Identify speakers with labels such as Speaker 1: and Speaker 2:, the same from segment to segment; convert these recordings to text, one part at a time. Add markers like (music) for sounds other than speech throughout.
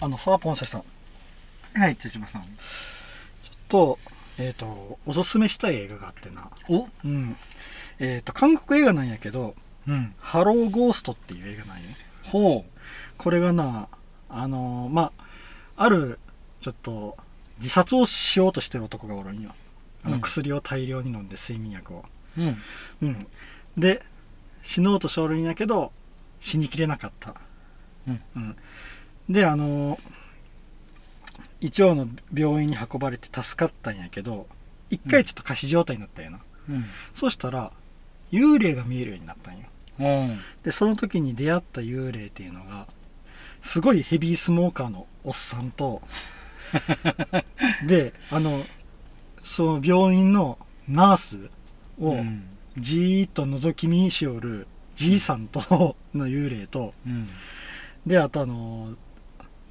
Speaker 1: あのさあ、ポンセさん
Speaker 2: はい、千島さん。
Speaker 1: と、えっ、と、おすすめしたい映画があってな。
Speaker 2: お
Speaker 1: うん。えっ、と、韓国映画なんやけど、
Speaker 2: うん。
Speaker 1: ハローゴーストっていう映画なんや。
Speaker 2: ほ
Speaker 1: これがな、あのーまあ、ある、ちょっと、自殺をしようとしてる男がおるんよ。あ
Speaker 2: う
Speaker 1: の
Speaker 2: ん
Speaker 1: 薬を大量に飲んで睡眠薬を。
Speaker 2: う。うん。
Speaker 1: うん。で、死のうとしておるんやけど、死にきれなかった。
Speaker 2: うん。
Speaker 1: うん。で、あのー、一応の病院に運ばれて助かったんやけど、一回ちょっと仮死状態になったんやな。
Speaker 2: うん。
Speaker 1: そうしたら、幽霊が見えるようになったんよ。
Speaker 2: (laughs) うん。
Speaker 1: で、その時に出会った幽霊っていうのが、すごいヘビースモーカーのおっさんと、で、あの、その病院のナースを
Speaker 2: うん。
Speaker 1: じーっと覗き見しおるじいさんとの幽霊と、
Speaker 2: うん。
Speaker 1: で、あとあの、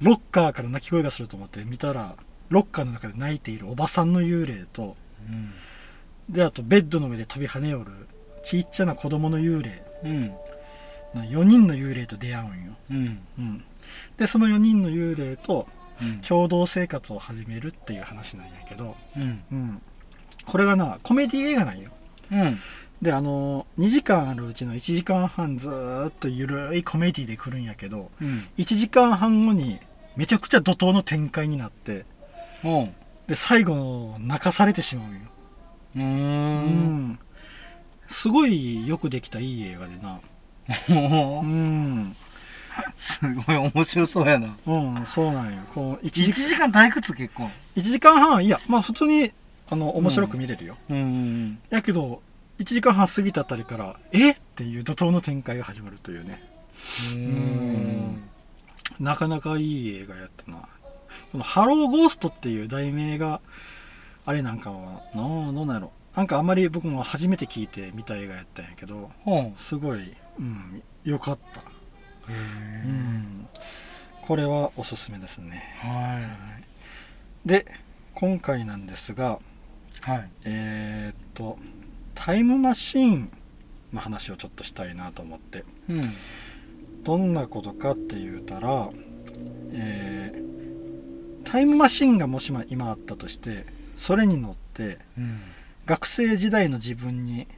Speaker 1: ロッカーから泣き声がすると思って見たら、ロッカーの中で泣いているおばさんの幽霊と、
Speaker 2: うん。
Speaker 1: で、あとベッドの上で飛び跳ねおるちっちゃな子供の幽霊
Speaker 2: うん。
Speaker 1: の4人の幽霊と出会うんよ。
Speaker 2: うん。
Speaker 1: うん、でその4人の幽霊と
Speaker 2: うん
Speaker 1: 共同生活を始めるっていう話なんやけど、
Speaker 2: うん。
Speaker 1: うん、これがなコメディ映画なんよ
Speaker 2: うん。
Speaker 1: であの2時間あるうちの1時間半ずーっとゆるいコメディで来るんやけど
Speaker 2: うん。
Speaker 1: 1時間半後にめちゃくちゃ怒涛の展開になって
Speaker 2: ほ
Speaker 1: で最後泣かされてしまうよ、
Speaker 2: う。うー。
Speaker 1: うんすごいよくできたいい映画でな
Speaker 2: ほ
Speaker 1: う、
Speaker 2: うん (laughs) すごい面白そうやな。
Speaker 1: うん、そうなんよこう1
Speaker 2: 1時間退屈結構。
Speaker 1: 1時間半いやまあ普通にあの面白く見れるよ、
Speaker 2: うん。
Speaker 1: やけど1時間半過ぎたあたりからえっていう怒涛の展開が始まるというね
Speaker 2: うん。
Speaker 1: なかなかいい映画やったなこの「ハローゴースト」っていう題名があれなんかはなどうなんやろなんかあんまり僕も初めて聞いて見た映画やったんやけど
Speaker 2: ほう。
Speaker 1: すごい、うん、よかった、
Speaker 2: へ
Speaker 1: う
Speaker 2: ー
Speaker 1: ん、これはおすすめですね
Speaker 2: は
Speaker 1: で今回なんですが
Speaker 2: い。はい。
Speaker 1: えーっとタイムマシーンの話をちょっとしたいなと思って
Speaker 2: うん。
Speaker 1: どんなことかって言うたら、えータイムマシンがもしま今あったとしてそれに乗って
Speaker 2: うん。
Speaker 1: 学生時代の自分に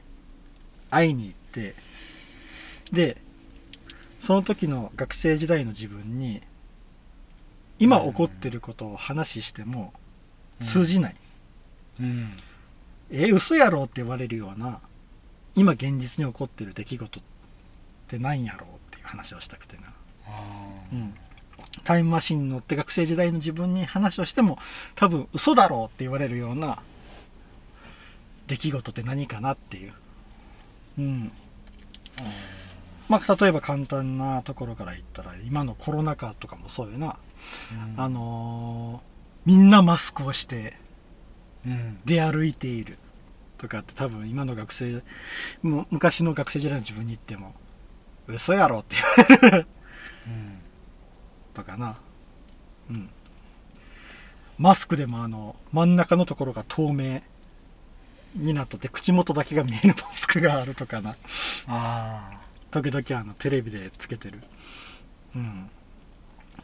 Speaker 1: 会いに行ってでその時の学生時代の自分に今起こってることを話しても通じない、
Speaker 2: うん。
Speaker 1: えー嘘やろって言われるような今現実に起こってる出来事ってなんやろうっていう話をしたくてな
Speaker 2: あ
Speaker 1: う
Speaker 2: ー
Speaker 1: んタイムマシンに乗って学生時代の自分に話をしても多分嘘だろうって言われるような出来事って何かなっていう、うん
Speaker 2: あー
Speaker 1: まあ、例えば簡単なところから言ったら今のコロナ禍とかもそうよな、
Speaker 2: うん
Speaker 1: あのーみんなマスクをして
Speaker 2: うん。
Speaker 1: 出歩いているとかって多分今の学生む昔の学生時代の自分に言っても嘘やろって言われる
Speaker 2: うん。
Speaker 1: とかなうんマスクでもあの真ん中のところが透明になっとって口元だけが見えるマスクがあるとかな
Speaker 2: あ
Speaker 1: 時々あのテレビでつけてるうん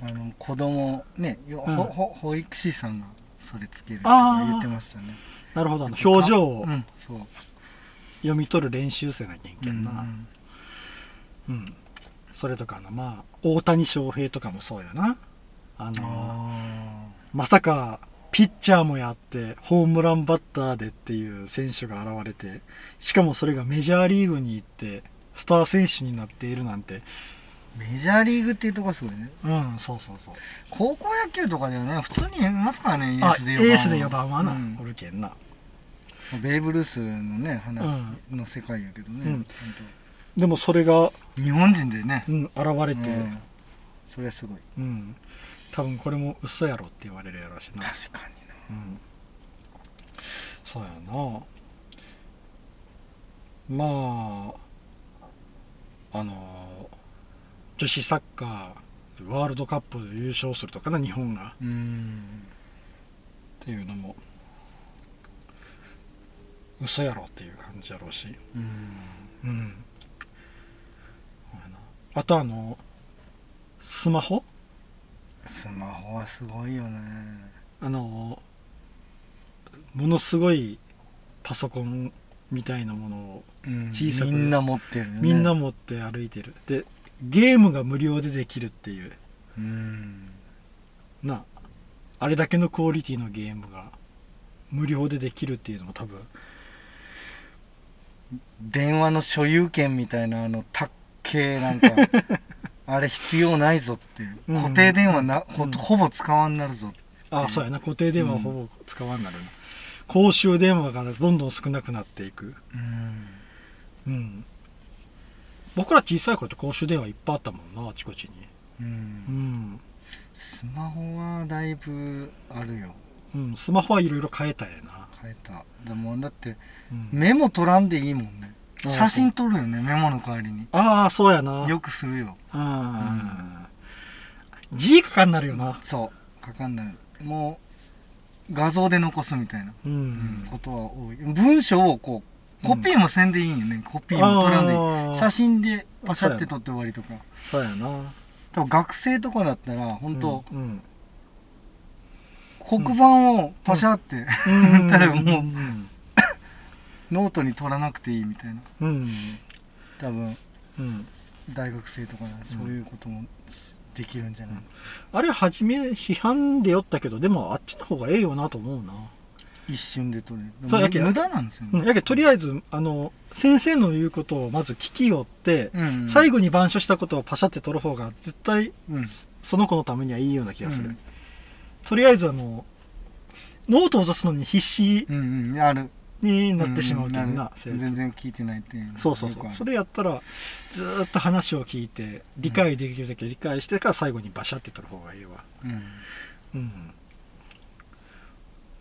Speaker 2: あ、あの子供ね、よ
Speaker 1: うん
Speaker 2: ほほ保育士さんがそれつけるとか言ってましたね。
Speaker 1: なるほどあの表情を
Speaker 2: うん、そう。
Speaker 1: 読み取る練習生なきゃいけん
Speaker 2: う
Speaker 1: なんうん、それとかのまあ大谷翔平とかもそうやなあの
Speaker 2: あ
Speaker 1: まさかピッチャーもやってホームランバッターでっていう選手が現れてしかもそれがメジャーリーグに行ってスター選手になっているなんて
Speaker 2: ーメジャーリーグっていうとこがすごいね。
Speaker 1: うんそうそうそう
Speaker 2: 高校野球とかではね、普通に見ますからね、エー
Speaker 1: あ
Speaker 2: スで
Speaker 1: エ
Speaker 2: 4番
Speaker 1: ースで4番はな、
Speaker 2: うん
Speaker 1: おるけんな
Speaker 2: ベーブ・ルースのね、話の世界やけどね、
Speaker 1: うん
Speaker 2: 本
Speaker 1: でもそれが、
Speaker 2: 当日本人でね
Speaker 1: う、ん、現れて、
Speaker 2: うんそれはすごい。
Speaker 1: うん、多分これも嘘やろって言われるやろうしな
Speaker 2: 確かにな。
Speaker 1: うんそうやなまああの女子サッカーワールドカップ優勝するとかな日本が
Speaker 2: うん。
Speaker 1: っていうのも嘘やろっていう感じやろうし
Speaker 2: うん。
Speaker 1: うんそうやなあとあのスマホ
Speaker 2: スマホはすごいよね
Speaker 1: あのものすごいパソコンみたいなものを
Speaker 2: うん
Speaker 1: 小さく
Speaker 2: みんな持ってるよね
Speaker 1: みんな持って歩いてる、でゲームが無料でできるっていう
Speaker 2: うん
Speaker 1: なあれだけのクオリティのゲームが無料でできるっていうのも多分
Speaker 2: 電話の所有権みたいなあのたっけえな
Speaker 1: (laughs)
Speaker 2: んかあれ必要ないぞっていう、
Speaker 1: うん
Speaker 2: 固定電話なほ,、
Speaker 1: うん
Speaker 2: ほぼ使わんなるぞ
Speaker 1: あ
Speaker 2: うん
Speaker 1: そうやな固定電話はほぼ使わんなるな、公衆電話がどんどん少なくなっていく
Speaker 2: うん
Speaker 1: うん僕ら小さい頃って公衆電話いっぱいあったもんなあちこちにう
Speaker 2: う
Speaker 1: んん、
Speaker 2: スマホはだいぶあるよ
Speaker 1: うん、スマホはいろいろ変えたやな、
Speaker 2: 変えたでもだって
Speaker 1: うん
Speaker 2: メモ取らんでいいもんね
Speaker 1: うん
Speaker 2: 写真撮るよねメモの代わりに
Speaker 1: ああそうやな
Speaker 2: よくするよ
Speaker 1: あー字かかんなるよな
Speaker 2: そうかかんないもう画像で残すみたいな、
Speaker 1: うん、
Speaker 2: ことは多い文章をこうコピーもせんでいいんよね、コピーも取らんでいい
Speaker 1: あー
Speaker 2: 写真でパシャって撮って終わりとか
Speaker 1: そうやな
Speaker 2: 多分学生とかだったら本当、
Speaker 1: うんうん
Speaker 2: 黒板をパシャって、 (laughs)
Speaker 1: うん
Speaker 2: たらもう、
Speaker 1: うん
Speaker 2: ノートに取らなくていいみたいな
Speaker 1: うん
Speaker 2: 多分
Speaker 1: うん
Speaker 2: 大学生とかならそういうこともできるんじゃない、
Speaker 1: あれ初め批判でよったけどでもあっちの方がええよなと思うな、
Speaker 2: 一瞬で撮れる
Speaker 1: そうやけ
Speaker 2: 無無駄なんですよ
Speaker 1: う
Speaker 2: ね、
Speaker 1: ん、やけどとりあえずあの先生の言うことをまず聞きよって、
Speaker 2: うん
Speaker 1: 最後に板書したことをパシャって取る方が絶対
Speaker 2: うん
Speaker 1: その子のためにはいいような気がする、
Speaker 2: うん
Speaker 1: とりあえずあのノートを落とすのに必死
Speaker 2: うんうんある
Speaker 1: になってしまうけど
Speaker 2: ん
Speaker 1: な、
Speaker 2: る全然聞いてないっていう
Speaker 1: そうそうそうそれやったらずーっと話を聞いて理解できるだけ理解してから最後にバシャって取る方がいいわ
Speaker 2: うん
Speaker 1: うん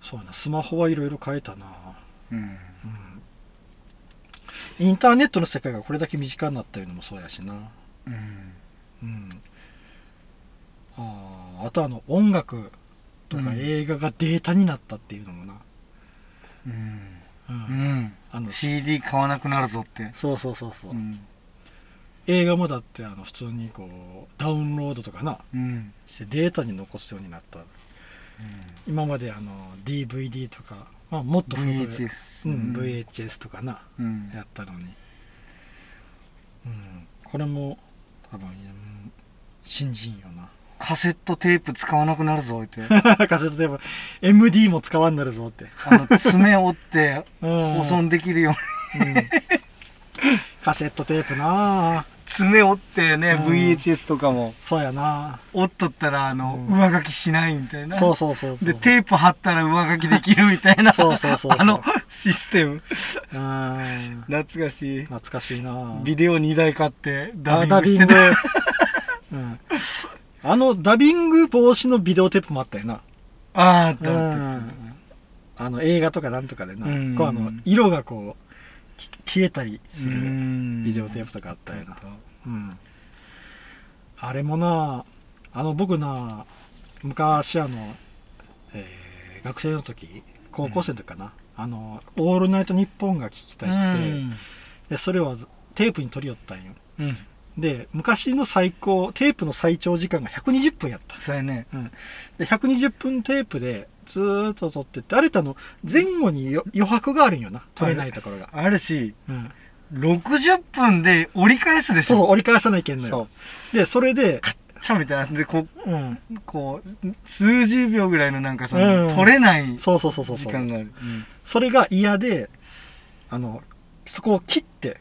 Speaker 1: そうやなスマホはいろいろ変えたな
Speaker 2: うん
Speaker 1: うんインターネットの世界がこれだけ身近になったいうのもそうやしな
Speaker 2: うん
Speaker 1: うんあーあとあの音楽とか
Speaker 2: うん
Speaker 1: 映画がデータになったっていうのもな、
Speaker 2: うん
Speaker 1: うん
Speaker 2: うん
Speaker 1: あの
Speaker 2: CD 買わなくなるぞって
Speaker 1: そうそうそうそう、
Speaker 2: うん
Speaker 1: 映画もだってあの普通にこうダウンロードとかな
Speaker 2: うん
Speaker 1: してデータに残すようになった今まであの DVD とか、まあ、もっと古い
Speaker 2: VHS
Speaker 1: うん、VHS とかな、
Speaker 2: うん
Speaker 1: やったのに、うん、これも多分、うん新人よ
Speaker 2: カセットテープ使わなくなるぞって
Speaker 1: な (laughs) カセットテープ MD も使わんなるぞって
Speaker 2: あの爪折って
Speaker 1: うん
Speaker 2: 保存できるように、
Speaker 1: (laughs) カセットテープなあ
Speaker 2: 爪折ってね、
Speaker 1: うん
Speaker 2: VHS とかも
Speaker 1: そうやな
Speaker 2: 折っとったらあの、
Speaker 1: うん
Speaker 2: 上書きしないみたいな
Speaker 1: そうそうそうそう
Speaker 2: でテープ貼ったら上書きできるみたいな
Speaker 1: そうそうそうそう
Speaker 2: (laughs) あのシステム
Speaker 1: うん
Speaker 2: 懐かしい
Speaker 1: 懐かしいなあ
Speaker 2: ビデオ2台買ってダ
Speaker 1: あ
Speaker 2: ビングし
Speaker 1: ダ
Speaker 2: て
Speaker 1: ビン
Speaker 2: た
Speaker 1: グ
Speaker 2: (laughs)
Speaker 1: うんあのダビング防止のビデオテープもあったよな
Speaker 2: ああ
Speaker 1: う
Speaker 2: と思って
Speaker 1: んあの映画とかなんとかでな、
Speaker 2: うん
Speaker 1: こうあの色がこうき消えたりするビ
Speaker 2: ビ
Speaker 1: デオテープとかあったよな、うん、あれもなあの僕な昔あの、えー学生の時高校生の時かな、あの「オールナイトニッポン」が聞きたいって、でそれをテープに取り寄ったんよ
Speaker 2: うん、うん、
Speaker 1: で昔の最高テープの最長時間が120分やった
Speaker 2: そうやね
Speaker 1: で120分テープでずーっと撮ってってあれってあの前後によ余白があるんよな撮れないところが、
Speaker 2: あるし
Speaker 1: うん、
Speaker 2: 60分で折り返すでし
Speaker 1: そうそう
Speaker 2: ょ
Speaker 1: 折り返さないけんのよでそれで、
Speaker 2: ちゃみたいなでこ
Speaker 1: うん、
Speaker 2: うこう数十秒ぐらいのなんかその、
Speaker 1: うん
Speaker 2: 取れない時
Speaker 1: そうそうそうそうそう
Speaker 2: 間がある
Speaker 1: それが嫌であのそこを切って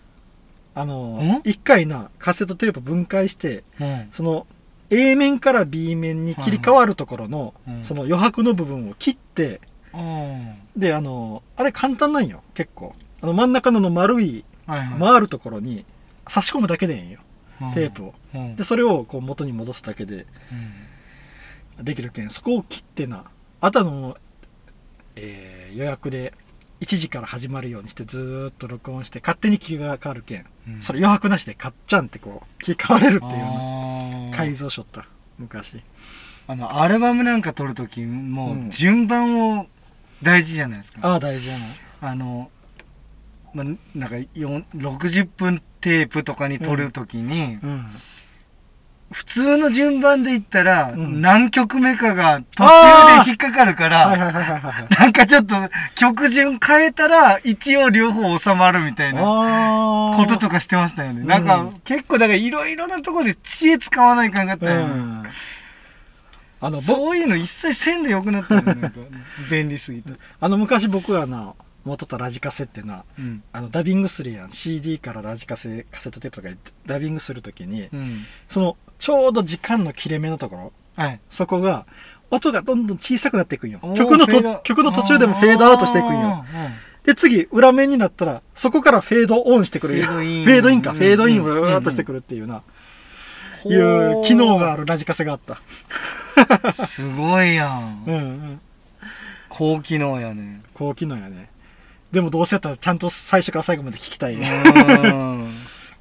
Speaker 1: あの
Speaker 2: ん
Speaker 1: 一回なカセットテープ分解して
Speaker 2: うん
Speaker 1: その A 面から B 面に切り替わるところの、
Speaker 2: はいはいうん
Speaker 1: その余白の部分を切って
Speaker 2: うん
Speaker 1: であのあれ簡単なんよ結構あの真ん中のあの丸い
Speaker 2: はいはい
Speaker 1: 回るところに差し込むだけでいいんよ
Speaker 2: うん
Speaker 1: テープを
Speaker 2: うん
Speaker 1: でそれをこう元に戻すだけでできるけんそこを切ってなあとあの、えー予約で1時から始まるようにしてずーっと録音して勝手に切り替わるけん、
Speaker 2: うん
Speaker 1: それ余白なしでカッチャンってこう切り替われるっていうよう
Speaker 2: あ
Speaker 1: な
Speaker 2: ー
Speaker 1: 改造しよった昔
Speaker 2: あのアルバムなんか撮るときも
Speaker 1: うん
Speaker 2: う順番を大事じゃないですか、
Speaker 1: ああ大事やな
Speaker 2: あの、まあ、なんかよん60分テープとかに撮るときに、
Speaker 1: うん
Speaker 2: 普通の順番で言ったら、
Speaker 1: うん
Speaker 2: 何曲目かが途中で引っかかるから、
Speaker 1: はいはいはいはいはい。
Speaker 2: (laughs) なんかちょっと曲順変えたら一応両方収まるみ (laughs) たいな
Speaker 1: あ
Speaker 2: こととかしてましたよね。
Speaker 1: うん
Speaker 2: なんか結構だからいろいろなところで知恵使わないかんかっ
Speaker 1: う
Speaker 2: たよね。
Speaker 1: ん。あの、ぼ
Speaker 2: そういうの一切せんでよくなったよね。なんか便利
Speaker 1: (laughs)
Speaker 2: すぎて。
Speaker 1: あの昔僕がな、持っとったラジカセってな、
Speaker 2: うん。
Speaker 1: あのダビングするやん。CD からラジカセ、カセットテープとかにダビングするときに、
Speaker 2: うん。
Speaker 1: その、ちょうど時間の切れ目のところ、
Speaker 2: はい。
Speaker 1: そこが、音がどんどん小さくなっていくんよ
Speaker 2: お。ー
Speaker 1: 曲の
Speaker 2: フェード
Speaker 1: と曲の途中でもフェードアウトしていくんよ。。で、次、裏面になったら、そこからフェードオンしてくれるよ。
Speaker 2: フ
Speaker 1: フェ
Speaker 2: ェー
Speaker 1: ー
Speaker 2: ド
Speaker 1: ド
Speaker 2: イ
Speaker 1: イ
Speaker 2: ン
Speaker 1: ン
Speaker 2: か
Speaker 1: か、フェードインを
Speaker 2: うんうんうん
Speaker 1: うーっとしてくるっていうな、
Speaker 2: うん
Speaker 1: いう機能があ。るラジカセがあった。
Speaker 2: ほーすごいや
Speaker 1: (laughs) うん
Speaker 2: ん。
Speaker 1: うん。
Speaker 2: 高機能やね。
Speaker 1: 高機能やね。でもどうせやったらちゃんと最初から最後まで聞きた
Speaker 2: う
Speaker 1: い。
Speaker 2: ーん。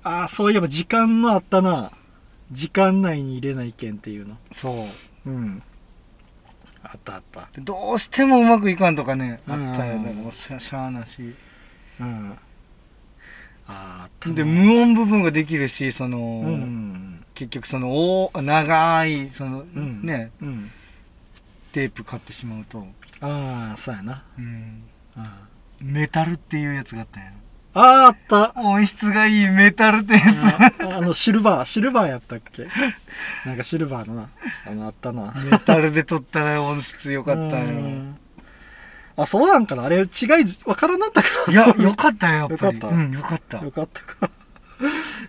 Speaker 1: ああ、そういえば時間もあったな。時間内に入れないけんっていうの。
Speaker 2: そ
Speaker 1: う
Speaker 2: う。
Speaker 1: ん。あったあった。
Speaker 2: でどうしてもうまくいかんとかね。あったよ。
Speaker 1: うん
Speaker 2: だからもうしゃしゃあなし。
Speaker 1: うん。あーあったな
Speaker 2: で、無音部分ができるし、その、
Speaker 1: うん。
Speaker 2: 結局そのお長いその、
Speaker 1: うん。
Speaker 2: ね
Speaker 1: うん。
Speaker 2: テープ買ってしまうと、
Speaker 1: ああ、そうやな。
Speaker 2: うん、
Speaker 1: うん
Speaker 2: メタルっていうやつがあったんや
Speaker 1: あーあった。
Speaker 2: 音質がいいメタルテープ
Speaker 1: あ
Speaker 2: (laughs)
Speaker 1: あの、シルバー、シルバーやったっけなんかシルバーのな、あの、あったな。
Speaker 2: メタルで撮ったら音質良
Speaker 1: よ
Speaker 2: かった
Speaker 1: よ
Speaker 2: んよ。
Speaker 1: あ、そうなんかなあれ、違い、わからなかったか
Speaker 2: いや良かったよやっぱり
Speaker 1: よかった
Speaker 2: うん良かった
Speaker 1: よかったか。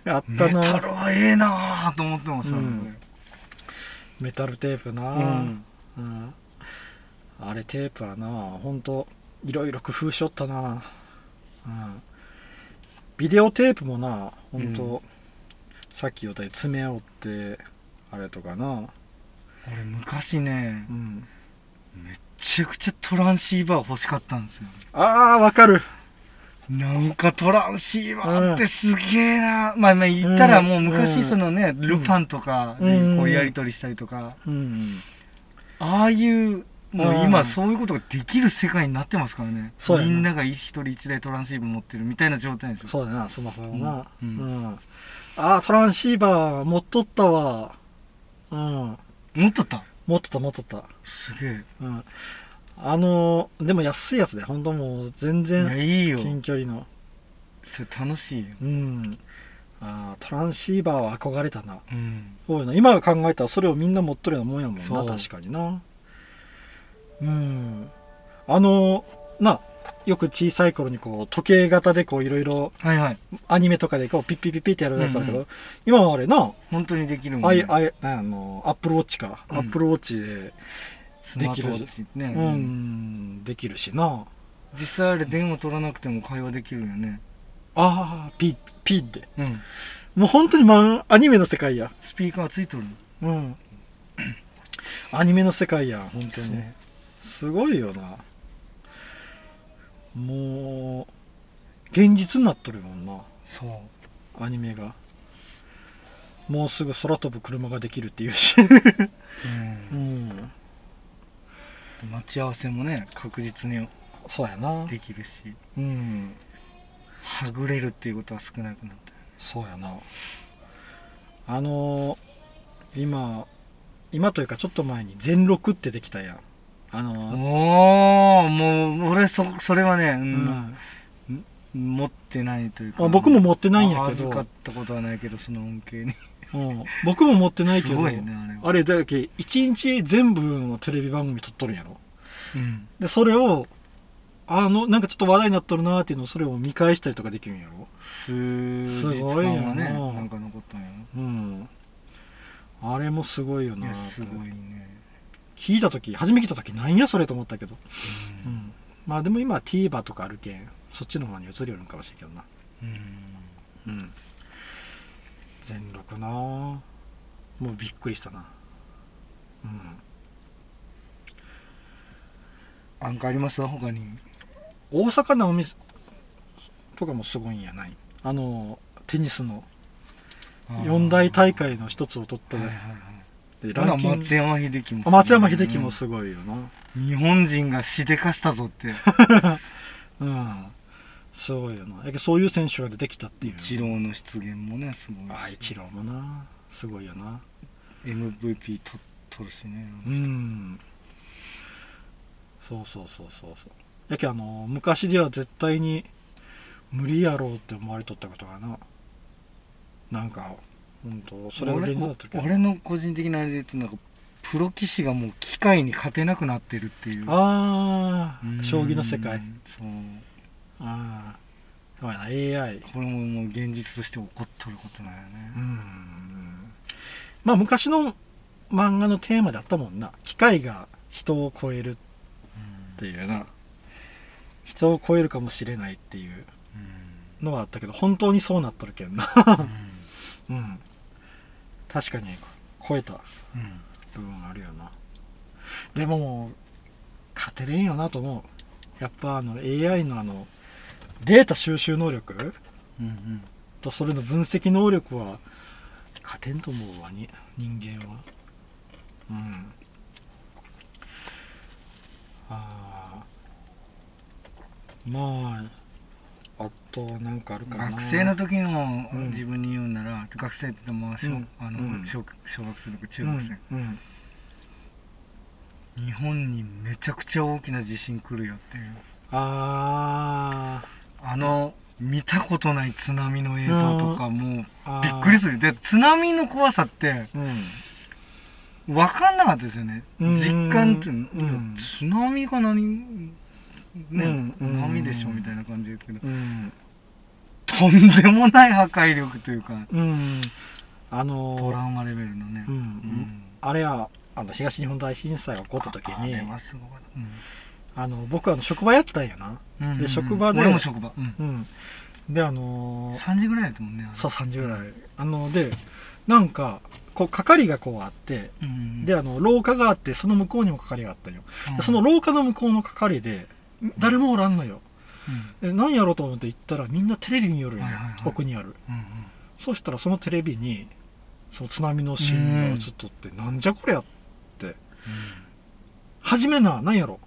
Speaker 1: あった
Speaker 2: メ
Speaker 1: な。
Speaker 2: タルはええなぁと思ってましたね、
Speaker 1: うんメタルテープな、
Speaker 2: うん
Speaker 1: うんあれテープはなほんといろいろ工夫しよったな、うん、ビデオテープもなほんと、
Speaker 2: う
Speaker 1: さっき言ったように爪を折ってあれとかな、
Speaker 2: 俺昔ね
Speaker 1: うん、
Speaker 2: めっちゃくちゃトランシーバー欲しかったんですよ
Speaker 1: あーわかる
Speaker 2: なんかトランシーバーってすげえな、まあまあ言ったらもう
Speaker 1: う
Speaker 2: 昔
Speaker 1: ん
Speaker 2: そのね、
Speaker 1: ん
Speaker 2: ルパンとかでこうやり取りしたりとか、
Speaker 1: うん
Speaker 2: ああいうもう
Speaker 1: う
Speaker 2: 今
Speaker 1: ん
Speaker 2: そういうことができる世界になってますからね、
Speaker 1: そうや
Speaker 2: み
Speaker 1: なん
Speaker 2: なが一人一台トランシーバー持ってるみたいな状態でしょ
Speaker 1: そうだなスマホはな、
Speaker 2: う
Speaker 1: うんん
Speaker 2: う
Speaker 1: あートランシーバー持っとったわうん
Speaker 2: 持っとった
Speaker 1: 持っとった持っとった
Speaker 2: すげえ
Speaker 1: うんあのーでも安いやつで本当もう全
Speaker 2: い
Speaker 1: 然
Speaker 2: やいいよ
Speaker 1: 近距離の
Speaker 2: それ楽しいよ
Speaker 1: うんあートランシーバーは憧れたな
Speaker 2: うん
Speaker 1: そういうの今考えたらそれをみんな持っとるようなもんやもん
Speaker 2: そう
Speaker 1: な確かになうんあのなよく小さい頃にこう時計型でこういろいろ
Speaker 2: はいはい
Speaker 1: アニメとかでこうピッピッピッピッってやるやつあるけど、
Speaker 2: うんう
Speaker 1: 今はあれな、
Speaker 2: 本当にできるもん
Speaker 1: あ
Speaker 2: ね
Speaker 1: いあいあのアップルウォッチか、
Speaker 2: うん
Speaker 1: アップルウォッチで、
Speaker 2: スマートウォッチね、
Speaker 1: うんできるしな
Speaker 2: 実際あれ電話取らなくても会話できるよね
Speaker 1: ああピッピッで
Speaker 2: うん
Speaker 1: もう本当にマンアニメの世界や
Speaker 2: スピーカーついとる
Speaker 1: うん。アニメの世界やん、本当に。すごいよな。もう、現実になっとるもんな、
Speaker 2: そうそう
Speaker 1: アニメが。もうすぐ空飛ぶ車ができるっていうし。
Speaker 2: う
Speaker 1: (laughs) うんん。
Speaker 2: 待ち合わせもね確実に
Speaker 1: そうやな。
Speaker 2: できるし
Speaker 1: うん。
Speaker 2: はぐれるっていうことは少なくなった
Speaker 1: そうやな。あのー今、今というかちょっと前に全録ってできたやん。あのー
Speaker 2: おおもう俺そそれはね、う
Speaker 1: うんん
Speaker 2: 持ってないというか
Speaker 1: あ僕も持ってないんやけど
Speaker 2: 預かったことはないけどその恩恵に
Speaker 1: うん、僕も持ってないけど
Speaker 2: すごいねあれは
Speaker 1: あれだっけ1日全部のテレビ番組撮っとるんやろ
Speaker 2: うん
Speaker 1: でそれをあのなんかちょっと話題になっとるなーっていうのをそれを見返したりとかできるんやろ
Speaker 2: 数日間はね
Speaker 1: すごいよな
Speaker 2: なんか残ったんや
Speaker 1: うんあれもすごいよ
Speaker 2: ろい
Speaker 1: な
Speaker 2: や
Speaker 1: ー
Speaker 2: す
Speaker 1: と
Speaker 2: ごいね、
Speaker 1: 聞いた時初め聞いた時なんやそれと思ったけど、
Speaker 2: う
Speaker 1: うんん、まあでも今は TVer とかあるけんそっちの方に移るようにかもしれんけどな
Speaker 2: うん
Speaker 1: うん全録なぁもうびっくりしたなうん
Speaker 2: なんかあります他に
Speaker 1: 大阪なおみとかもすごいんやないあのテニスの四大大会の一つを取った
Speaker 2: はい
Speaker 1: で
Speaker 2: はいはい
Speaker 1: で
Speaker 2: ほな松
Speaker 1: 松山
Speaker 2: 山秀樹もすご
Speaker 1: 秀樹もすご
Speaker 2: いね
Speaker 1: いよな
Speaker 2: 日本人がしでかしたぞって
Speaker 1: (laughs) うんすごいよなやけどそういう選手が出てきたっていう
Speaker 2: 一郎の出現もねすごいし
Speaker 1: あ一郎もなすごいよな
Speaker 2: MVP と取るしね
Speaker 1: うんそうそうそうそうそうやけあの昔では絶対に無理やろうって思われとったことがななんか本当それが現実だったけ
Speaker 2: 俺
Speaker 1: ど
Speaker 2: 俺の個人的なあれで言うとなんかプロ棋士がもう機械に勝てなくなってるっていう
Speaker 1: あ
Speaker 2: うん
Speaker 1: あ将棋の世界
Speaker 2: そう
Speaker 1: ああそうやな AI
Speaker 2: これももう現実として起こっとることなんよね、
Speaker 1: うんまあ昔の漫画のテーマだったもんな機械が人を超えるっていうな人を超えるかもしれないっていう
Speaker 2: うん
Speaker 1: のはあったけど本当にそうなっとるけんなうん確かに超えた
Speaker 2: うん
Speaker 1: 部分あるよなでも勝てれんよなと思うやっぱあの AI のあのデータ収集能力
Speaker 2: うんうん
Speaker 1: とそれの分析能力は勝てんと思うわに人間はうんあーまああとなんかあるかな
Speaker 2: 学生の時の
Speaker 1: うん
Speaker 2: 自分に言うなら、学生って言っても小,、
Speaker 1: うん
Speaker 2: あの
Speaker 1: うん
Speaker 2: 小小学生とか中学生、
Speaker 1: うんうん
Speaker 2: 日本にめちゃくちゃ大きな地震来るよっていう
Speaker 1: あ
Speaker 2: あの見たことない津波の映像とかもう
Speaker 1: あー
Speaker 2: びっくりするよで津波の怖さって
Speaker 1: ーうん
Speaker 2: 分かんなかったですよね
Speaker 1: うん
Speaker 2: 実感って、
Speaker 1: うん
Speaker 2: 津波が何ね、
Speaker 1: うん
Speaker 2: 波でしょみたいな感じですけど、
Speaker 1: うん
Speaker 2: とんでもない破壊力というか
Speaker 1: うんあのー
Speaker 2: トラウマレベルのね、
Speaker 1: うんあれはあの東日本大震災が起こった時に
Speaker 2: あれ
Speaker 1: あ
Speaker 2: はすごかった
Speaker 1: の僕あの職場やったんやな、
Speaker 2: うんうんうん
Speaker 1: で職場で
Speaker 2: 俺も職場、う
Speaker 1: うんん、であのー
Speaker 2: 3時ぐらいだったもんねあれ
Speaker 1: そう3時ぐらい、あのでなんかこう係がこうあって
Speaker 2: うんうん
Speaker 1: であの廊下があってその向こうにも係があったんよ、
Speaker 2: うん
Speaker 1: でその廊下の向こうの係で誰もおらんのよ
Speaker 2: うん
Speaker 1: で何やろうと思って行ったらみんなテレビ見よるんよ、
Speaker 2: はいはいはい
Speaker 1: 奥にある
Speaker 2: うん
Speaker 1: そしたらそのテレビにその津波のシーンが映っとって、なんじゃこりゃって初めな何やろ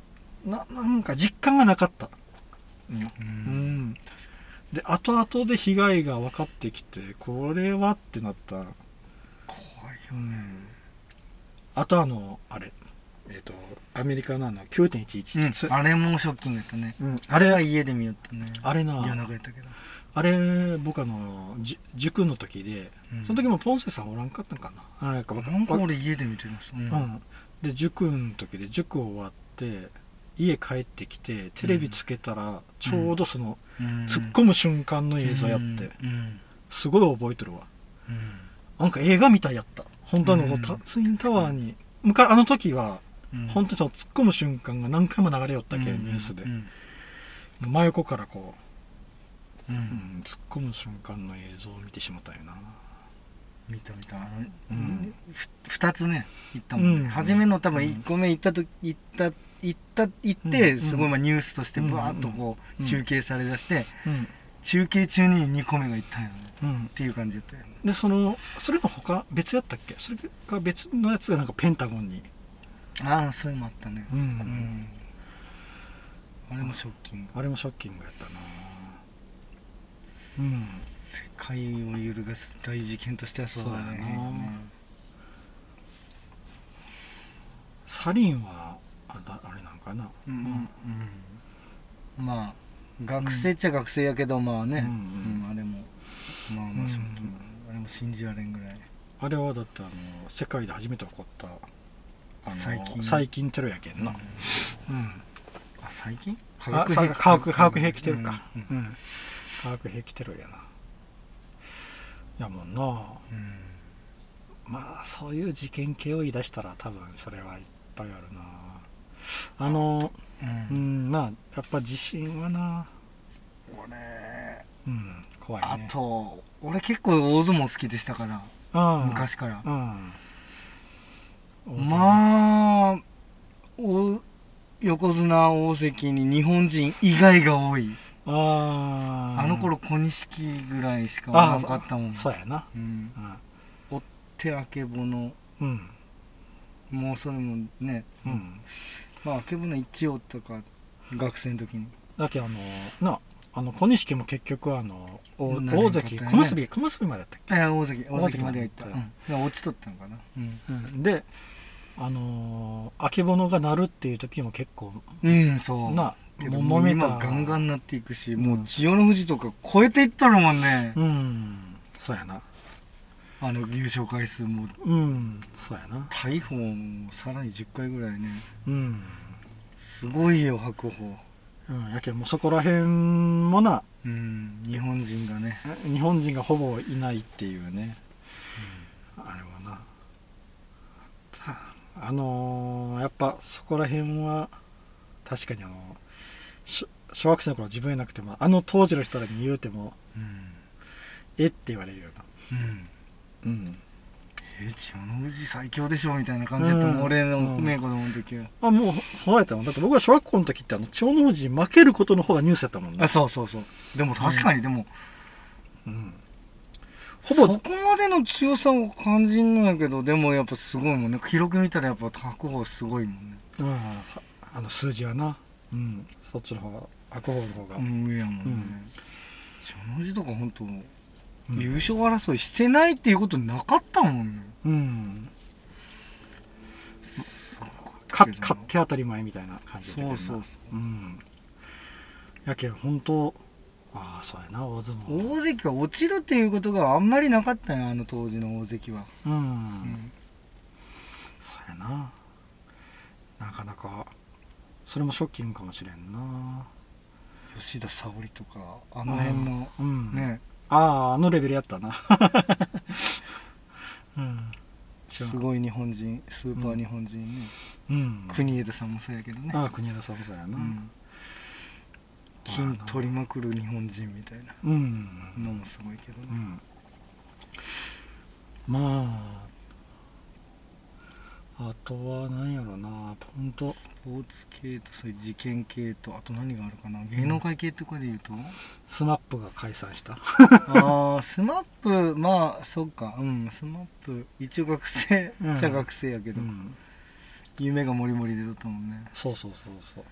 Speaker 1: ななんか実感がなかったんよ
Speaker 2: うん
Speaker 1: う
Speaker 2: う
Speaker 1: んん、で後々で被害が分かってきてこれはってなった、
Speaker 2: 怖いよ
Speaker 1: うん、あとあのあれえっ、とアメリカのあの9.11、つ
Speaker 2: うん、あれもショッキングやったね。
Speaker 1: うん
Speaker 2: あれは家で見よったね。
Speaker 1: あれな
Speaker 2: 夜中やったけど。
Speaker 1: あれ僕あのじ塾の時で
Speaker 2: うん
Speaker 1: その時もポンセさんおらんかったんかなあれかわ
Speaker 2: なんか俺家で見てました。う
Speaker 1: う。ん、で塾の時で塾終わって家帰ってきてテレビつけたらちょうどその
Speaker 2: うん
Speaker 1: 突っ込む瞬間の映像やって、
Speaker 2: うん。
Speaker 1: すごい覚えてるわ
Speaker 2: うん。
Speaker 1: なんか映画みたいやった本当あの、
Speaker 2: うん
Speaker 1: タツインタワーに昔あの時は
Speaker 2: うん
Speaker 1: 本当にその突っ込む瞬間が何回も流れよったけ、ニュースで、
Speaker 2: うん
Speaker 1: 真横からこ
Speaker 2: う。
Speaker 1: う、うんん、突っ込む瞬間の映像を見てしまったよな
Speaker 2: 見た見た。あの
Speaker 1: うん
Speaker 2: ふ二つね、行ったもん
Speaker 1: うん
Speaker 2: ね。初めの多分
Speaker 1: うん
Speaker 2: 一個目行ったとき、行った、行った、行っ
Speaker 1: う
Speaker 2: て、
Speaker 1: ん
Speaker 2: すごいまあニュースとして
Speaker 1: うん
Speaker 2: バーっとこ
Speaker 1: う
Speaker 2: うん中継されだして、
Speaker 1: うん、
Speaker 2: 中継中に二個目が行ったんよね。
Speaker 1: うん
Speaker 2: っていう感じやったよね。
Speaker 1: でそのそれの他別やったっけそれが別のやつがなんかペンタゴンに
Speaker 2: ああ、そういうのもあったね。
Speaker 1: うん
Speaker 2: うんあれもショッキング。
Speaker 1: あれもショッキングやったなうん
Speaker 2: 世界を揺るがす大事件としてはそうだね
Speaker 1: そうだなサリンはあだあれなんかな
Speaker 2: うんうんうんまあ学生っちゃ学生やけど、まあね、
Speaker 1: うんうん
Speaker 2: うんあれもまあまあショッキング
Speaker 1: うん
Speaker 2: あれも信じられんぐらい
Speaker 1: あれはだってあの世界で初めて起こったあの
Speaker 2: 最
Speaker 1: 最
Speaker 2: 近
Speaker 1: 近テロやけんな、うん
Speaker 2: あ最近
Speaker 1: 化学兵器化学化学兵器テロか、うん化学兵器テロやなやもんな
Speaker 2: うん
Speaker 1: まあそういう事件系を言い出したら多分それはいっぱいあるなあの
Speaker 2: うん
Speaker 1: うんなやっぱ地震はな
Speaker 2: 俺
Speaker 1: うん怖い
Speaker 2: あ
Speaker 1: ね
Speaker 2: と俺結構大相撲好きでしたから
Speaker 1: あ
Speaker 2: 昔から
Speaker 1: うんあ
Speaker 2: まあお横綱大関に日本人以外が多い
Speaker 1: あー
Speaker 2: あの頃小錦ぐらいしかおらんかったもん
Speaker 1: あそうやな
Speaker 2: うん手あけぼの
Speaker 1: うんうん
Speaker 2: もうそれもね、
Speaker 1: うん
Speaker 2: まああけぼの一応とか学生の時に
Speaker 1: だけどあのなあの小錦も結局あのお
Speaker 2: もう何
Speaker 1: 大
Speaker 2: 年か経った
Speaker 1: 関小
Speaker 2: よね
Speaker 1: 結び小結びまでだったっ
Speaker 2: えー大関
Speaker 1: 大
Speaker 2: 大関
Speaker 1: 関
Speaker 2: ま
Speaker 1: ま
Speaker 2: で
Speaker 1: では
Speaker 2: は行
Speaker 1: 行
Speaker 2: っ、
Speaker 1: ったた
Speaker 2: うん、落ちとったのかな、うん
Speaker 1: け、うんであのー、あけぼのが鳴るっていう時も結構
Speaker 2: うん、そう。
Speaker 1: な
Speaker 2: けど
Speaker 1: もう
Speaker 2: もう
Speaker 1: 揉め
Speaker 2: 今
Speaker 1: た
Speaker 2: ガンガンなっていくし、
Speaker 1: うん
Speaker 2: もう千代の富士とか超えていったのもんね、
Speaker 1: うんそうやな
Speaker 2: あの優勝回数も
Speaker 1: うんそうやな
Speaker 2: 大鵬もさらに10回ぐらいね
Speaker 1: うん、
Speaker 2: すごいよ白鵬
Speaker 1: うん、やけんもうそこら辺もな
Speaker 2: うん日本人がね
Speaker 1: 日本人がほぼいないっていうね、あれはなたあのーやっぱそこら辺は確かにあのし小学生の頃自分やなくてもあの当時の人らに言うても
Speaker 2: うん、
Speaker 1: えって言われるような
Speaker 2: う
Speaker 1: う
Speaker 2: ん、
Speaker 1: ん
Speaker 2: え千代の富士最強でしょみたいな感じだったもん、
Speaker 1: うん
Speaker 2: 俺のね、
Speaker 1: うん
Speaker 2: 子供の時は
Speaker 1: あもうそうやったもんだって僕は小学校の時ってあの千代の富士に負けることの方がニュースやったもんね
Speaker 2: あそうそうそうでも確かに、でも
Speaker 1: うん
Speaker 2: ほ
Speaker 1: ほぼ
Speaker 2: ぼそこまでの強さを感じんのやけどでもやっぱすごいもんね記録見たらやっぱ白鵬すごいもんね
Speaker 1: うんあの数字はなうんそっちの方が白鵬の方が、
Speaker 2: うん上やもんね、
Speaker 1: うん
Speaker 2: その字とか本当、
Speaker 1: うん
Speaker 2: 優勝争いしてないっていうことなかったもんね
Speaker 1: うん
Speaker 2: すごかった
Speaker 1: か
Speaker 2: けどな
Speaker 1: 買って当たり前みたいな感じだったけどな
Speaker 2: そうそうそ
Speaker 1: うんやけん本当ああそうやな大相撲
Speaker 2: 大関が落ちるっていうことがあんまりなかったよあの当時の大関は、
Speaker 1: うん、
Speaker 2: うん
Speaker 1: そうやななかなかそれもショッキングかもしれんな
Speaker 2: 吉田沙保里とかあの辺の、
Speaker 1: うんうん
Speaker 2: ね
Speaker 1: あああのレベルやったな (laughs) うん
Speaker 2: すごい日本人スーパー日本人ね、
Speaker 1: うん
Speaker 2: 国枝さんもそうやけどね
Speaker 1: ああ国枝さんもそうや
Speaker 2: う
Speaker 1: な、
Speaker 2: ん金取りまくる日本人みたいな
Speaker 1: うん
Speaker 2: のもすごいけどね、
Speaker 1: うんまああとは何やろな本当
Speaker 2: スポーツ系とそういう事件系とあと何があるかな芸能界系とかで言うと、
Speaker 1: スマップが解散した
Speaker 2: ああスマップまあそっかうんスマップ一応学生
Speaker 1: (laughs) うん
Speaker 2: じゃ学生やけ
Speaker 1: う
Speaker 2: ど、
Speaker 1: ん
Speaker 2: 夢がもりもりでだったもんね
Speaker 1: そうそうそうそう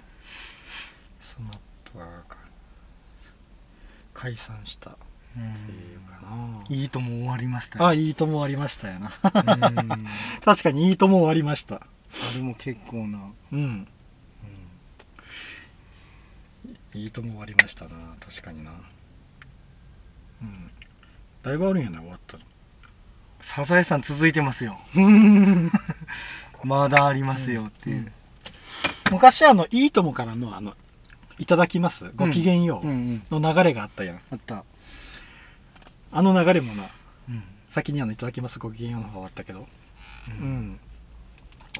Speaker 1: スマップが解散したっていうかな、
Speaker 2: いいとも終わりましたよ
Speaker 1: あいいともありましたよな
Speaker 2: うん
Speaker 1: (laughs) 確かにいいともありました
Speaker 2: あれも結構な、
Speaker 1: うんいいともありましたな確かになうんだいぶあるんやな終わったの
Speaker 2: サザエさん続いてます
Speaker 1: (laughs)
Speaker 2: よまだありますよっていう、
Speaker 1: うん昔あの「いいとも」からの「あのいただきますごきげんよ
Speaker 2: うんうん
Speaker 1: う」の流れがあったやん、
Speaker 2: あった、
Speaker 1: あの流れもな
Speaker 2: うん
Speaker 1: 先にあの「いただきますごきげんよう」の方があったけど
Speaker 2: う
Speaker 1: うんん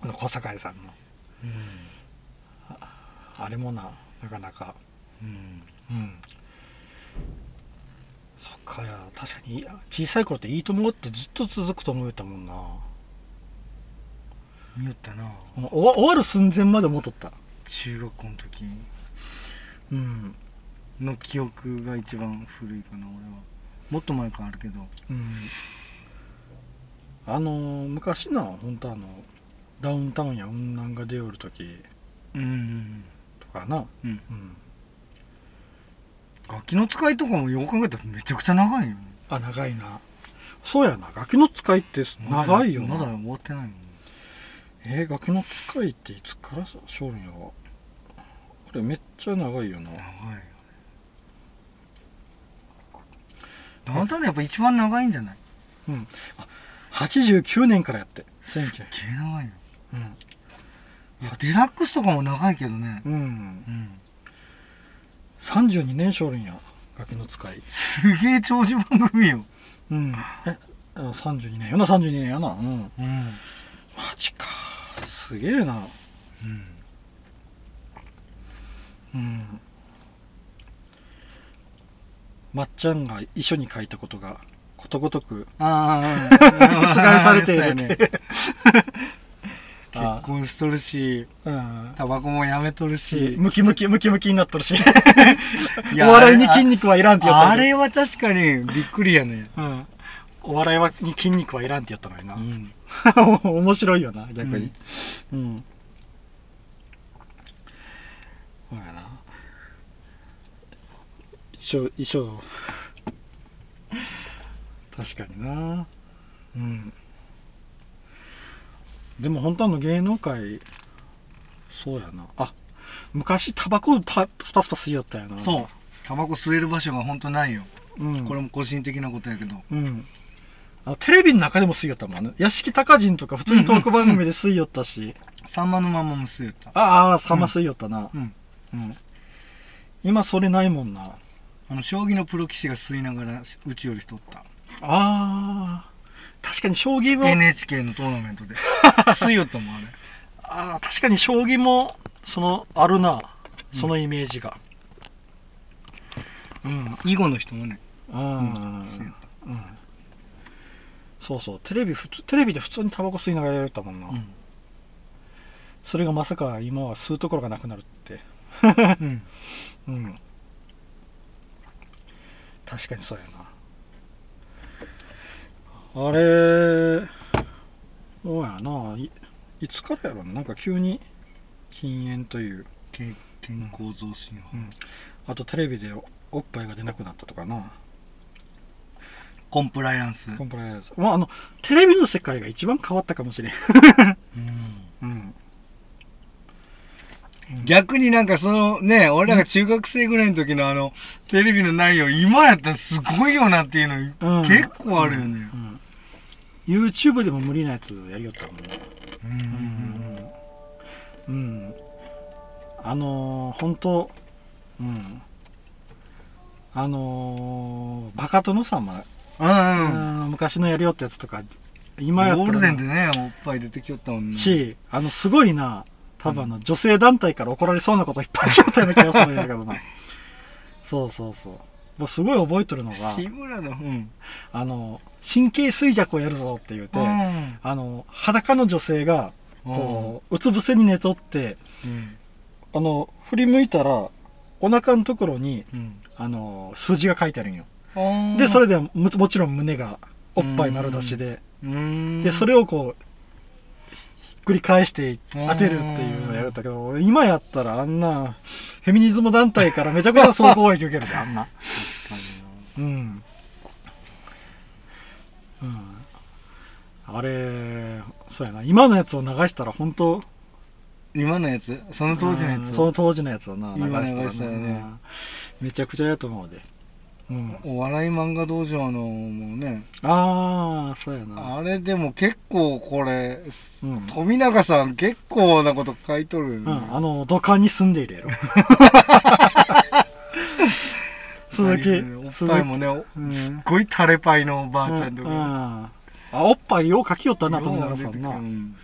Speaker 1: あの小堺さんのあれもななかなか
Speaker 2: うん
Speaker 1: うんそっかや確かに小さい頃って「いいとも」ってずっと続くと思えたもんな
Speaker 2: 見よったな
Speaker 1: うん終わ終わる寸前まで思っとった
Speaker 2: 中学校の時
Speaker 1: うん
Speaker 2: の記憶が一番古いかな俺はもっと前からあるけど
Speaker 1: うんあのー昔な本当あのダウンタウンや雲南が出おる時
Speaker 2: うん
Speaker 1: とかな
Speaker 2: うん
Speaker 1: うん
Speaker 2: 楽器の使いとかもよく考えたらめちゃくちゃ長いよね
Speaker 1: あ長いなそうやなガキの使いって長いよな
Speaker 2: まだ終わってないもん
Speaker 1: えー、ガキの使いっていつからしょるんやろこれめっちゃ長いよな
Speaker 2: 長いよねだんだんやっぱ一番長いんじゃない
Speaker 1: うんあ89年からやって
Speaker 2: すっげ
Speaker 1: 1900
Speaker 2: え長いよ
Speaker 1: うん
Speaker 2: いやデラックスとかも長いけどね
Speaker 1: うん
Speaker 2: うん
Speaker 1: 32年しょるんやガキの使い
Speaker 2: すげえ長寿番組よ
Speaker 1: うんえあ32年よな32年よなうん
Speaker 2: うん
Speaker 1: マジかすげえな
Speaker 2: うん
Speaker 1: うんまっちゃんが遺書に書いたことがことごとく
Speaker 2: あ
Speaker 1: (laughs) 覆されているって
Speaker 2: (laughs) 結
Speaker 1: あ
Speaker 2: 婚しとるし
Speaker 1: うん
Speaker 2: タバコもやめとるし
Speaker 1: ムキムキムキムキになっとるし
Speaker 2: い
Speaker 1: お
Speaker 2: や
Speaker 1: 笑いに筋肉はいらんって言った
Speaker 2: あ
Speaker 1: のに
Speaker 2: れは確かにびっくりやね
Speaker 1: うんお笑いはに筋肉はいらんって言ったのにな、
Speaker 2: ん
Speaker 1: (laughs) 面白いよな逆にうん、そうやな一緒一緒確かになうんでも本当あの芸能界そうやなあ昔タバコパスパスパス吸いよったよな
Speaker 2: そうタバコ吸える場所が本当ないよ、
Speaker 1: う、うん、
Speaker 2: これも個人的なことやけど
Speaker 1: うんあのテレビの中でも吸いよったもんね屋敷隆人とか普通にトーク番組で吸いよったし、
Speaker 2: サンマのままも吸えた
Speaker 1: ああさんま吸いよったな
Speaker 2: うん、
Speaker 1: うん、今それないもんな
Speaker 2: あの将棋のプロ棋士が吸いながらうちより太った
Speaker 1: あー確かに将棋も
Speaker 2: NHK のトーナメン
Speaker 1: (laughs)
Speaker 2: トで吸いよったもんあれ
Speaker 1: あー確かに将棋もそのあるなそのイメージがうん
Speaker 2: 囲碁の人もね
Speaker 1: うん、うん
Speaker 2: 吸いよった
Speaker 1: そうそうテレビ普通テレビで普通にタバコ吸いながらやったもんな、
Speaker 2: うん
Speaker 1: それがまさか今は吸うところがなくなるって
Speaker 2: うん
Speaker 1: うん確かにそうやなあれそうやないいつからやろななんか急に禁煙という
Speaker 2: け健康増進法、
Speaker 1: うんあとテレビでおおっぱいが出なくなったとかな
Speaker 2: コンプライアンス、
Speaker 1: コンプライアンスまああのテレビの世界が一番変わったかもしれん、うん、
Speaker 2: 逆になんかそのね俺らが中学生ぐらいの時のあのテレビの内容今やったらすごいよなっていうの、
Speaker 1: うん
Speaker 2: 結構あるよね
Speaker 1: うん、YouTube でも無理なやつやりよったもんね
Speaker 2: う
Speaker 1: うん、う
Speaker 2: んうん
Speaker 1: ん、あのー、本当うんあのー、バカ殿様、
Speaker 2: うんうん
Speaker 1: あの昔のやりよったやつとか今やった
Speaker 2: ゴ
Speaker 1: ら
Speaker 2: ールデンでねおっぱい出てきよったもんね
Speaker 1: しあのすごいな多分あの女性団体から怒られそうなこといっぱいしよったような気がするんだけどなそうそうそうもうすごい覚えてるのが
Speaker 2: (laughs) 志村のうん
Speaker 1: あの神経衰弱をやるぞって言うて、
Speaker 2: うん
Speaker 1: あの裸の女性がこううつ伏せに寝とって
Speaker 2: うん
Speaker 1: あの振り向いたらお腹のところに
Speaker 2: うん
Speaker 1: あの数字が書いてあるんよ
Speaker 2: うん
Speaker 1: でそれでももちろん胸がおっぱい丸出しで
Speaker 2: うん
Speaker 1: でそれをこうひっくり返して当てるっていうのをやるんだけど俺今やったらあんなフェミニズム団体からめちゃくちゃ総攻撃受けるであんなうん、うん、あれそうやな今のやつを流したら本当
Speaker 2: 今のやつその当時のや
Speaker 1: う
Speaker 2: つ
Speaker 1: んその当時のやつをな流
Speaker 2: 今
Speaker 1: したら
Speaker 2: 流したらね
Speaker 1: めちゃくちゃやと思うで、うん、
Speaker 2: お笑い漫画道場のもうね
Speaker 1: ああそうやな
Speaker 2: あれでも結構これ、
Speaker 1: うん
Speaker 2: 富永さん結構なこと書いとるよ
Speaker 1: う
Speaker 2: ね、
Speaker 1: ん、あの土管に住んでいるやろ
Speaker 2: (laughs)
Speaker 1: 鈴木
Speaker 2: おっぱいもね、お
Speaker 1: うん
Speaker 2: すっごいタレパイのおばあ
Speaker 1: 鈴
Speaker 2: ちゃん
Speaker 1: 木
Speaker 2: と
Speaker 1: う
Speaker 2: か
Speaker 1: ん、
Speaker 2: ね、
Speaker 1: あおっぱいをかきよったな富永さん
Speaker 2: う
Speaker 1: な、
Speaker 2: ん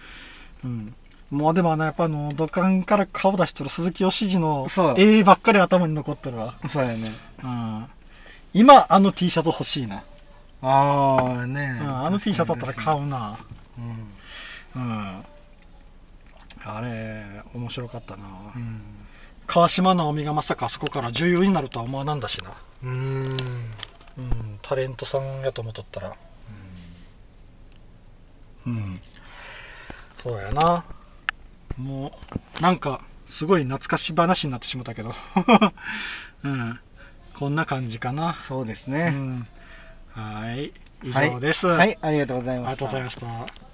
Speaker 1: うん、もうでもあのやっぱあの土管から顔出してる鈴木よしじの
Speaker 2: そう
Speaker 1: 絵ばっかり頭に残ってるわ、
Speaker 2: そうやね
Speaker 1: うん、今あの T シャツ欲しいな、
Speaker 2: ああね
Speaker 1: うん、あの T シャツあったら買うな
Speaker 2: うん、
Speaker 1: うんあれ面白かったな、
Speaker 2: うん
Speaker 1: 川島直美がまさかあそこから重要になるとは思わなんだしな
Speaker 2: うん
Speaker 1: うんタレントさんやと思っとったらうんそうやなもうなんかすごい懐かし話になってしまったけど (laughs) うんこんな感じかな
Speaker 2: そうです
Speaker 1: う
Speaker 2: ね、
Speaker 1: んはーい以上です、
Speaker 2: はいありがとうござい
Speaker 1: あり
Speaker 2: ま
Speaker 1: が
Speaker 2: し
Speaker 1: とう
Speaker 2: た
Speaker 1: ございました